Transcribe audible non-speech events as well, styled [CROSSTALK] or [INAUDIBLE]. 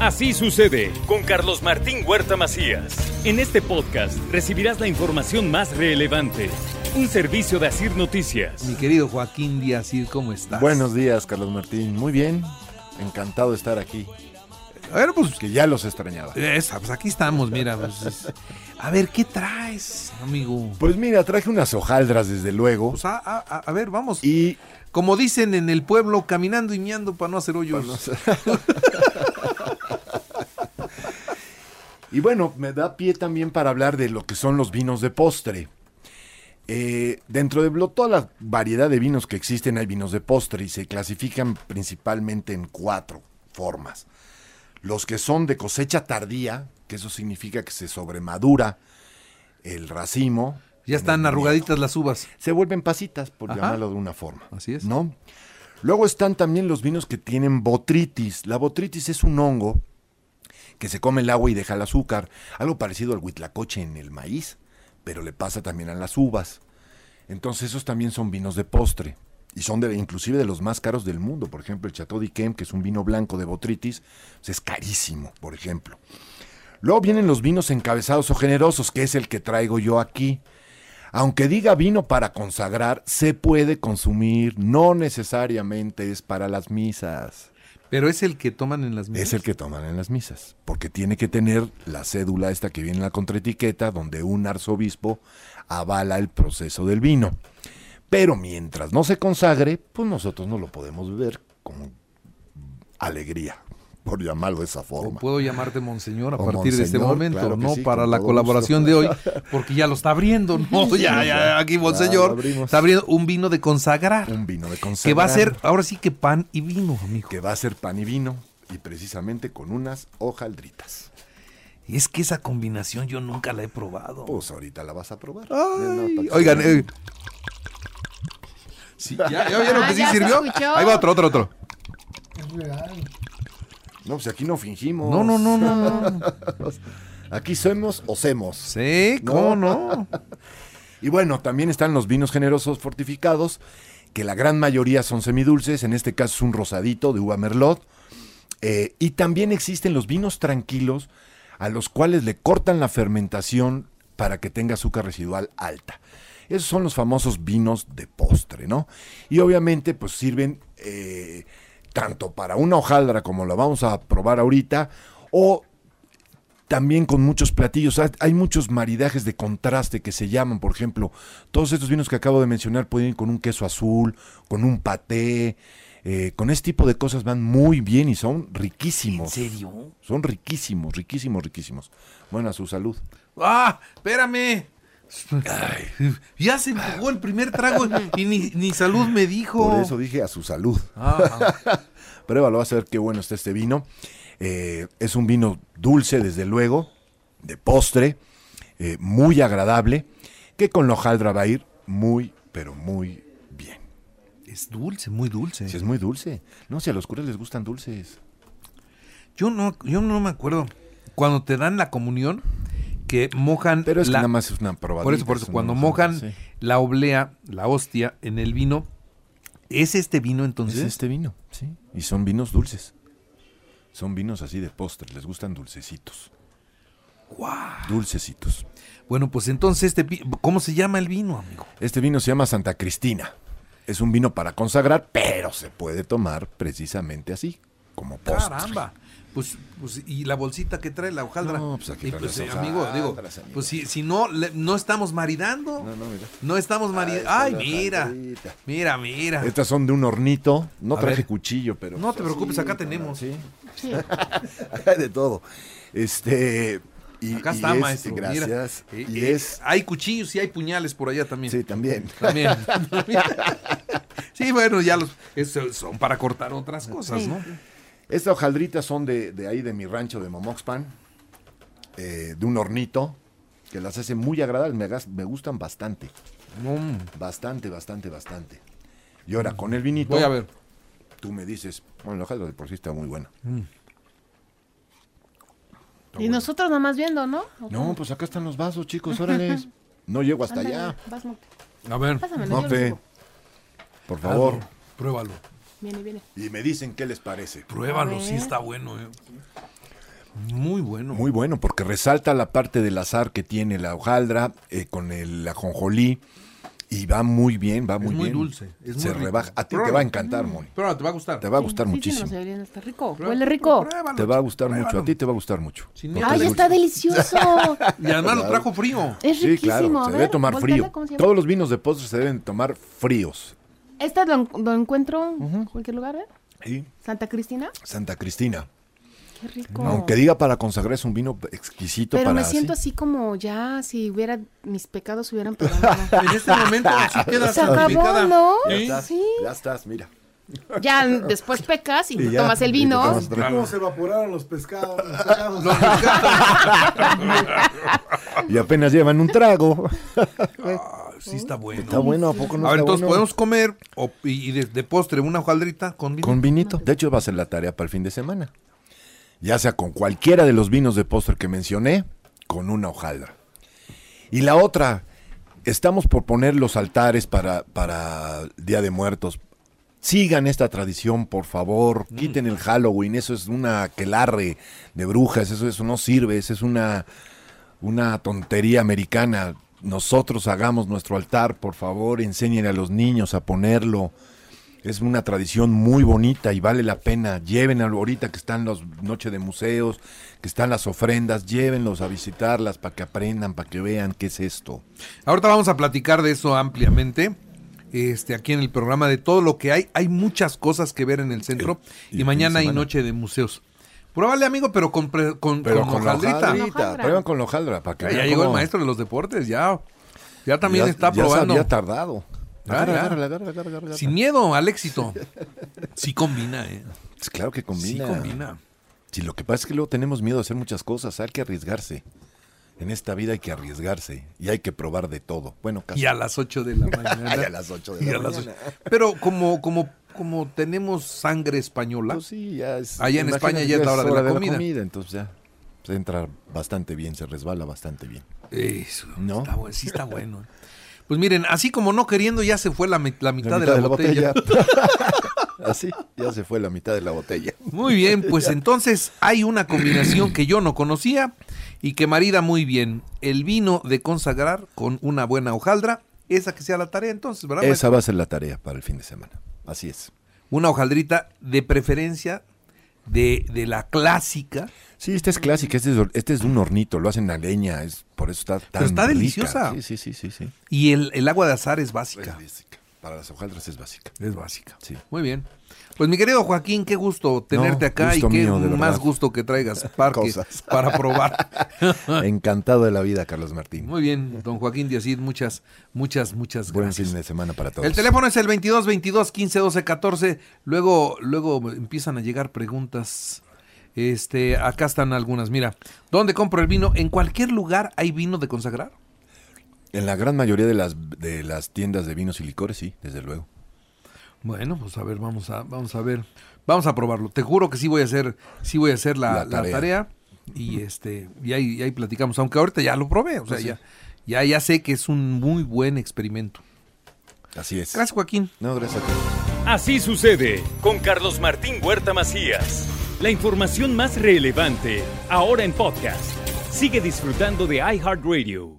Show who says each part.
Speaker 1: Así sucede con Carlos Martín Huerta Macías. En este podcast recibirás la información más relevante. Un servicio de Asir Noticias.
Speaker 2: Mi querido Joaquín Díaz, ¿cómo estás?
Speaker 3: Buenos días, Carlos Martín. Muy bien. Encantado de estar aquí.
Speaker 2: A ver, pues,
Speaker 3: Que ya los extrañaba.
Speaker 2: esa, pues aquí estamos, mira. pues, es- a ver, ¿qué traes, amigo?
Speaker 3: Pues mira, traje unas hojaldras desde luego.
Speaker 2: Pues a, a- a- a ver, vamos.
Speaker 3: Y
Speaker 2: Como dicen en el pueblo, caminando y miando para no hacer hoyos.
Speaker 3: Y bueno, me da pie también para hablar de lo que son los vinos de postre. Eh, dentro de lo- toda la variedad de vinos que existen hay vinos de postre y se clasifican principalmente en cuatro formas. Los que son de cosecha tardía, que eso significa que se sobremadura el racimo.
Speaker 2: Ya
Speaker 3: en
Speaker 2: están
Speaker 3: el viñedo
Speaker 2: arrugaditas las uvas.
Speaker 3: se vuelven pasitas, por
Speaker 2: Ajá.
Speaker 3: llamarlo de una forma.
Speaker 2: Así es.
Speaker 3: ¿No? Luego están también los vinos que tienen botritis. La botritis es un hongo que se come el agua y deja el azúcar, algo parecido al huitlacoche en el maíz, pero le pasa también a las uvas. Entonces esos también son vinos de postre y son de, inclusive de los más caros del mundo. Por ejemplo, el Chateau d'Yquem, que es un vino blanco de botritis, pues es carísimo, por ejemplo. Luego vienen los vinos encabezados o generosos, que es el que traigo yo aquí. Aunque diga vino para consagrar, se puede consumir, no necesariamente es para las misas.
Speaker 2: Pero es el que toman en las
Speaker 3: Es
Speaker 2: mesas.
Speaker 3: el que toman en las misas, porque tiene que tener la cédula esta que viene en la contraetiqueta, donde un arzobispo avala el proceso del vino. Pero mientras no se consagre, pues nosotros no lo podemos beber con alegría, por llamarlo de esa
Speaker 2: O
Speaker 3: forma.
Speaker 2: puedo llamarte monseñor a
Speaker 3: O
Speaker 2: partir de este
Speaker 3: monseñor,
Speaker 2: momento,
Speaker 3: claro que
Speaker 2: no
Speaker 3: sí,
Speaker 2: para
Speaker 3: con
Speaker 2: la
Speaker 3: todo
Speaker 2: colaboración
Speaker 3: gusto. [LAUGHS]
Speaker 2: de hoy, porque ya lo está abriendo, no, ya, ya, aquí
Speaker 3: Ya lo
Speaker 2: monseñor
Speaker 3: abrimos.
Speaker 2: está abriendo un vino de consagrar,
Speaker 3: Un vino de consagrar.
Speaker 2: que va a ser ahora sí que pan y vino, amigo.
Speaker 3: que va a ser pan y vino, y precisamente con unas hojaldritas.
Speaker 2: Es que esa combinación yo nunca la he probado.
Speaker 3: Pues ahorita la vas a probar.
Speaker 2: Ay,
Speaker 3: Ven, no, pa'
Speaker 2: oigan,
Speaker 3: que-
Speaker 2: eh. Sí, ¿ya, ya vieron
Speaker 4: Ah,
Speaker 2: que sí
Speaker 4: ya se
Speaker 2: sirvió?
Speaker 4: escuchó.
Speaker 2: Ahí va otro, otro, otro.
Speaker 3: No, pues aquí no fingimos.
Speaker 2: No, no, no, no. no.
Speaker 3: Aquí somos o semos.
Speaker 2: Sí, ¿cómo no?
Speaker 3: Y bueno, también están los vinos generosos fortificados, que la gran mayoría son semidulces, en este caso es un rosadito de uva merlot. Eh, y también existen los vinos tranquilos, a los cuales le cortan la fermentación para que tenga azúcar residual alta. Esos son los famosos vinos de postre, ¿no? Y obviamente pues sirven eh, tanto para una hojaldra como la vamos a probar ahorita, o también con muchos platillos. Hay- Hay muchos maridajes de contraste que se llaman, por ejemplo, todos estos vinos que acabo de mencionar pueden ir con un queso azul, con un paté, eh, con este tipo de cosas van muy bien y son riquísimos.
Speaker 2: serio?
Speaker 3: Son riquísimos, riquísimos, riquísimos. Bueno, a su salud.
Speaker 2: ¡Ah! ¡Espérame! Ya se empujó el primer trago y ni, ni salud me dijo.
Speaker 3: Por eso dije a su salud.
Speaker 2: Ah,
Speaker 3: Pruébalo, vas a ver qué bueno está este vino. Eh, es un vino dulce, desde luego, de postre, eh, muy agradable, que con la hojaldra va a ir muy, pero muy bien.
Speaker 2: es dulce, muy dulce.
Speaker 3: Si es muy dulce. No, si a los curas les gustan dulces.
Speaker 2: Yo no, yo no me acuerdo. Cuando te dan la comunión, que mojan
Speaker 3: Pero es que
Speaker 2: la,
Speaker 3: nada más es una probadita.
Speaker 2: Por eso, por eso,
Speaker 3: es
Speaker 2: cuando
Speaker 3: una-
Speaker 2: mojan
Speaker 3: sí.
Speaker 2: la oblea, la hostia, en el vino, ¿es este vino
Speaker 3: Es
Speaker 2: entonces?
Speaker 3: este vino, sí. Y son vinos dulces. Son vinos así de postre, les gustan dulcecitos. Dulcecitos.
Speaker 2: Bueno, pues entonces, este vi- ¿cómo se llama el vino, amigo?
Speaker 3: Este vino se llama Santa Cristina. Es un vino para consagrar, pero se puede tomar precisamente así, como postre.
Speaker 2: Caramba. Pues, pues, y la bolsita que trae la hojaldra.
Speaker 3: No, pues, aquí
Speaker 2: Y,
Speaker 3: trae
Speaker 2: pues,
Speaker 3: las
Speaker 2: eh, amigo, digo,
Speaker 3: hojaldras, amigo.
Speaker 2: pues si, si no, le- no estamos maridando.
Speaker 3: No, no, mira.
Speaker 2: No estamos
Speaker 3: Ahí
Speaker 2: maridando.
Speaker 3: está
Speaker 2: Ay,
Speaker 3: la
Speaker 2: mira.
Speaker 3: hojaldrita.
Speaker 2: Mira, mira.
Speaker 3: Estas son de un hornito. No
Speaker 2: A
Speaker 3: traje
Speaker 2: ver.
Speaker 3: cuchillo, pero.
Speaker 2: No te preocupes, acá
Speaker 3: no, no,
Speaker 2: tenemos.
Speaker 3: Sí. Acá hay de todo. Este. Y,
Speaker 2: Acá
Speaker 3: y
Speaker 2: está,
Speaker 3: es-
Speaker 2: maestro. mira.
Speaker 3: Gracias.
Speaker 2: Eh,
Speaker 3: Y
Speaker 2: eh,
Speaker 3: es.
Speaker 2: Hay cuchillos y hay puñales por allá también.
Speaker 3: Sí, también. [LAUGHS]
Speaker 2: También. [LAUGHS] sí, bueno, ya los esos son para cortar otras cosas, ¿no?
Speaker 3: Estas hojaldritas son de, de ahí, de mi rancho de Momoxpan, eh, de un hornito, que las hace muy agradables, me, gas- me gustan bastante,
Speaker 2: Mm,
Speaker 3: bastante, bastante, bastante. Y ahora, con el vinito,
Speaker 2: Voy a ver.
Speaker 3: tú me dices, bueno, la hojaldra de por sí está muy buena.
Speaker 4: Y nosotros nada más viendo, ¿no? ¿O
Speaker 3: No,
Speaker 4: cómo?
Speaker 3: pues acá están los vasos, chicos, órale.
Speaker 2: [LAUGHS]
Speaker 3: No llego hasta
Speaker 4: Ándale,
Speaker 3: allá.
Speaker 4: vas, Monte.
Speaker 2: A ver.
Speaker 4: Pásamelo, yo lo
Speaker 3: Monte,
Speaker 4: subo.
Speaker 3: por favor.
Speaker 2: hazlo, Pruébalo.
Speaker 4: Viene, viene.
Speaker 3: Y me dicen qué les parece.
Speaker 2: Pruébalo, sí
Speaker 4: ver.
Speaker 2: está bueno. eh. Muy bueno.
Speaker 3: Muy bueno, porque resalta la parte del azar que tiene la hojaldra eh, con el ajonjolí y va muy bien, va muy
Speaker 2: muy
Speaker 3: bien.
Speaker 2: dulce, es muy
Speaker 3: Se
Speaker 2: rico.
Speaker 3: rebaja. A ti te
Speaker 2: Pruébalo. Mm.
Speaker 3: va a encantar, Moni.
Speaker 2: Pero ahora te va a gustar.
Speaker 3: Te va a gustar
Speaker 4: Sí, sí,
Speaker 3: muchísimo.
Speaker 4: se nos debería- está rico.
Speaker 2: Pruébalo,
Speaker 4: Huele rico.
Speaker 2: pruébalo.
Speaker 3: te va a gustar mucho.
Speaker 2: Pruébalo.
Speaker 3: A ti te va a gustar mucho.
Speaker 2: Sin
Speaker 3: Porque
Speaker 2: miedo.
Speaker 3: es
Speaker 4: Ay, está
Speaker 3: dulce.
Speaker 4: delicioso.
Speaker 3: [LAUGHS]
Speaker 2: Y además lo trajo frío.
Speaker 4: Es
Speaker 3: Sí,
Speaker 4: riquísimo.
Speaker 3: claro,
Speaker 4: A
Speaker 3: se
Speaker 4: ver,
Speaker 3: debe tomar
Speaker 4: volteala,
Speaker 3: frío.
Speaker 4: ¿cómo se llama?
Speaker 3: Todos los vinos de postre se deben tomar fríos.
Speaker 4: Esta lo, en- lo encuentro en cualquier lugar, ¿eh?
Speaker 3: ¿sí?
Speaker 4: Santa Cristina.
Speaker 3: Santa Cristina.
Speaker 4: Qué rico.
Speaker 3: Aunque diga para consagrar, es un vino exquisito
Speaker 4: Pero
Speaker 3: para
Speaker 4: me siento
Speaker 3: sí.
Speaker 4: así como ya, si hubiera, mis pecados hubieran perdonado.
Speaker 2: [LAUGHS] En este momento
Speaker 3: [LAUGHS]
Speaker 2: sí queda
Speaker 4: Se acabó,
Speaker 2: salpicada.
Speaker 4: ¿no?
Speaker 3: Ya estás,
Speaker 4: Sí.
Speaker 3: ya estás, mira.
Speaker 4: Ya después pecas y,
Speaker 3: Y ya,
Speaker 4: tomas el
Speaker 3: y te
Speaker 4: vino.
Speaker 3: tomas otro.
Speaker 5: ¿Cómo se evaporaron los pescados? Los pescados.
Speaker 3: Y apenas llevan
Speaker 2: [LAUGHS]
Speaker 3: un trago.
Speaker 2: Ah, sí está bueno.
Speaker 3: Está bueno, ¿a poco no
Speaker 2: A ver,
Speaker 3: está
Speaker 2: entonces
Speaker 3: bueno?
Speaker 2: podemos comer o- y, y de, de postre una hojaldrita con vino.
Speaker 3: Con vinito. De hecho, va a ser la tarea para el fin de semana. Ya sea con cualquiera de los vinos de postre que mencioné, con una hojaldra. Y la otra, estamos por poner los altares para, para Día de Muertos. Sigan esta tradición, por favor. Quiten el Halloween. Eso es una quelarre de brujas. Eso, eso no sirve. Eso es una, una tontería americana. Nosotros hagamos nuestro altar, por favor. Enseñen a los niños a ponerlo. Es una tradición muy bonita y vale la pena. Llévenlo ahorita que están las noches de museos, que están las ofrendas, llévenlos a visitarlas para que aprendan, para que vean qué es esto.
Speaker 2: Ahorita vamos a platicar de eso ampliamente. Este, aquí en el programa de todo lo que hay, hay muchas cosas que ver en el centro.
Speaker 3: Y-
Speaker 2: Y,
Speaker 3: y
Speaker 2: mañana
Speaker 3: fin de
Speaker 2: hay
Speaker 3: semana.
Speaker 2: noche de museos. Pruébale, amigo, pero con, pre- con, con hojaldrita.
Speaker 4: hojaldrita. hojaldra.
Speaker 3: Prueban con la hojaldra para que
Speaker 2: Ya,
Speaker 3: vean
Speaker 2: llegó el
Speaker 3: cómo-
Speaker 2: maestro de los deportes, ya. Ya también
Speaker 3: ya-
Speaker 2: está
Speaker 3: ya se
Speaker 2: probando.
Speaker 3: había tardado.
Speaker 2: Ya,
Speaker 3: Agarra,
Speaker 2: ya.
Speaker 3: agarra, agarra, agarra, agarra.
Speaker 2: Sin miedo al éxito. Sí combina, eh.
Speaker 3: Pues claro que
Speaker 2: Sí
Speaker 3: combina.
Speaker 2: combina.
Speaker 3: Si lo que pasa es que luego tenemos miedo a hacer muchas cosas, hay que arriesgarse. En esta vida hay que arriesgarse y hay que probar de todo. Bueno, casi.
Speaker 2: Y a las 8 de la
Speaker 3: [LAUGHS]
Speaker 2: mañana.
Speaker 3: Ay, a las 8 de
Speaker 2: Y
Speaker 3: la
Speaker 2: a las
Speaker 3: mañana.
Speaker 2: ocho. Pero como, como, como tenemos sangre española,
Speaker 3: Pues sí, ya es-
Speaker 2: Allá en
Speaker 3: imagínate,
Speaker 2: España ya es la hora de la comida.
Speaker 3: Entonces ya se entra bastante bien, se resbala bastante bien.
Speaker 2: Eso,
Speaker 3: ¿No?
Speaker 2: está bueno, sí está bueno. Pues miren, así como no queriendo ya se fue la, mi- la mitad,
Speaker 3: La
Speaker 2: de la, botella. [LAUGHS]
Speaker 3: Así, ya se fue la mitad de la botella.
Speaker 2: Muy [LAUGHS] bien, pues entonces hay una combinación que yo no conocía y que marida muy bien. El vino de consagrar con una buena hojaldra, esa que sea la tarea entonces, ¿verdad?
Speaker 3: Esa va a ser la tarea para el fin de semana. Así es.
Speaker 2: Una hojaldrita de preferencia de, de la clásica.
Speaker 3: Sí, esta es clásica, este es, este es un hornito, lo hacen a leña, es, por eso está tan
Speaker 2: está
Speaker 3: rica.
Speaker 2: deliciosa.
Speaker 3: Sí, sí, sí, sí. sí.
Speaker 2: Y el, el agua de azar es básica.
Speaker 3: básica. Para las hojaldras es básica.
Speaker 2: Es básica.
Speaker 3: Sí.
Speaker 2: Muy bien. Pues mi querido Joaquín, qué gusto tenerte
Speaker 3: No,
Speaker 2: acá y
Speaker 3: gusto
Speaker 2: qué
Speaker 3: mío, de
Speaker 2: más
Speaker 3: verdad.
Speaker 2: gusto que traigas parques [LAUGHS]
Speaker 3: Cosas.
Speaker 2: para probar.
Speaker 3: Encantado Ah. de la vida, Carlos Martín.
Speaker 2: Muy bien, don Joaquín Díazid, muchas, muchas, muchas
Speaker 3: Buen
Speaker 2: gracias.
Speaker 3: fin de semana para todos.
Speaker 2: El teléfono es el 22 22 15 12 14. Luego, luego empiezan a llegar preguntas. Este, acá están algunas. Mira, ¿dónde compro el vino? ¿En cualquier lugar hay vino de consagrar?
Speaker 3: En la gran mayoría de las, de las tiendas de vinos y licores, sí, desde luego.
Speaker 2: Bueno, pues a ver, vamos a, vamos a ver. Vamos a probarlo. Te juro que sí voy a hacer, sí voy a hacer la,
Speaker 3: La
Speaker 2: la tarea.
Speaker 3: tarea.
Speaker 2: Y este, y ahí, y ahí platicamos. Aunque ahorita ya lo probé. O sea, ya, ya, ya sé que es un muy buen experimento.
Speaker 3: Así es.
Speaker 2: Gracias, Joaquín.
Speaker 3: No, gracias a ti.
Speaker 1: Así sucede con Carlos Martín Huerta Macías. La información más relevante ahora en podcast. Sigue disfrutando de iHeartRadio.